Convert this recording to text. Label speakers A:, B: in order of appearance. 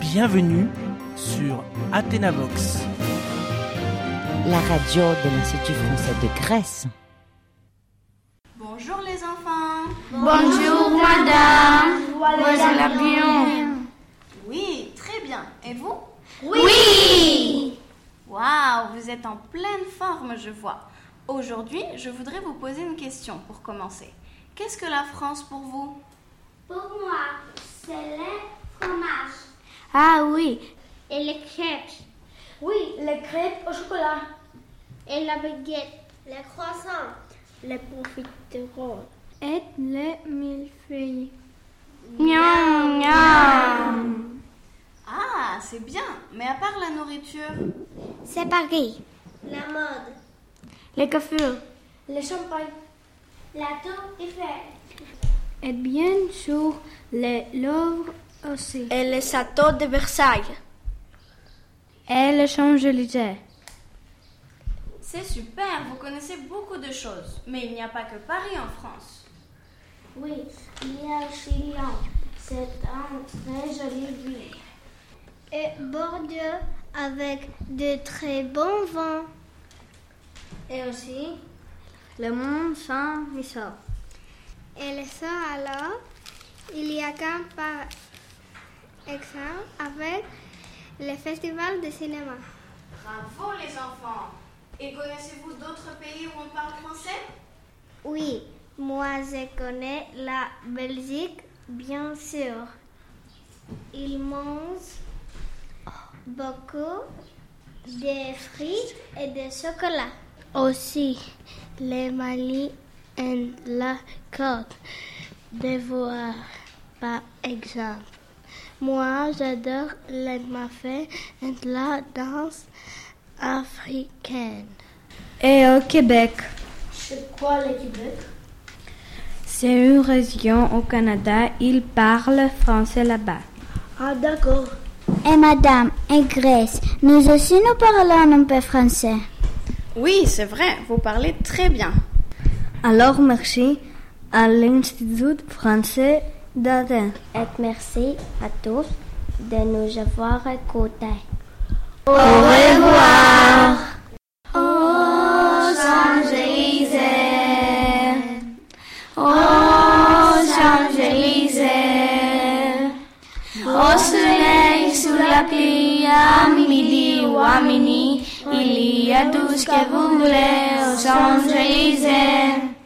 A: Bienvenue sur Athénavox.
B: la radio de l'Institut français de Grèce.
C: Bonjour les enfants.
D: Bonjour madame, voilà l'avion.
C: Oui, très bien. Et vous
D: Oui
C: Waouh, vous êtes en pleine forme, je vois. Aujourd'hui, je voudrais vous poser une question pour commencer. Qu'est-ce que la France pour vous
D: Pour moi, c'est le fromage. Ah oui, et les crêpes. Oui, les crêpes au chocolat. Et la baguette. Les croissants. Les profiteroles. Et les millefeuilles. Miam, miam.
C: Ah, c'est bien. Mais à part la nourriture
D: C'est Paris. La mode. Les coiffures. Le champagne. La tour Eiffel. Et bien sûr, les Louvres aussi. Et le château de Versailles. Et le Champs-Élysées.
C: C'est super, vous connaissez beaucoup de choses. Mais il n'y a pas que Paris en France.
D: Oui, il y a aussi Lyon. C'est un très joli ville. Et Bordeaux avec de très bons vents. Et aussi le Mont Saint-Michel. Et le soir alors, il y a qu'un par exemple avec le festival de cinéma.
C: Bravo les enfants. Et connaissez-vous d'autres pays où on parle français
D: Oui, moi je connais la Belgique, bien sûr. Ils mangent beaucoup de frites et de chocolat. Aussi, les Mali et la Côte d'Ivoire, par exemple. Moi, j'adore les mafé et la danse africaine. Et au Québec. C'est quoi le Québec
E: C'est une région au Canada, ils parlent français là-bas.
D: Ah d'accord.
F: Et madame, et Grèce, nous aussi nous parlons un peu français.
C: Oui, c'est vrai, vous parlez très bien.
E: Alors merci à l'Institut français d'Athènes.
F: Et merci à tous de nous avoir écoutés.
D: Au soleil, sous la pluie, à midi ou à minuit, il y a tout ce que vous voulez au Champs-Élysées.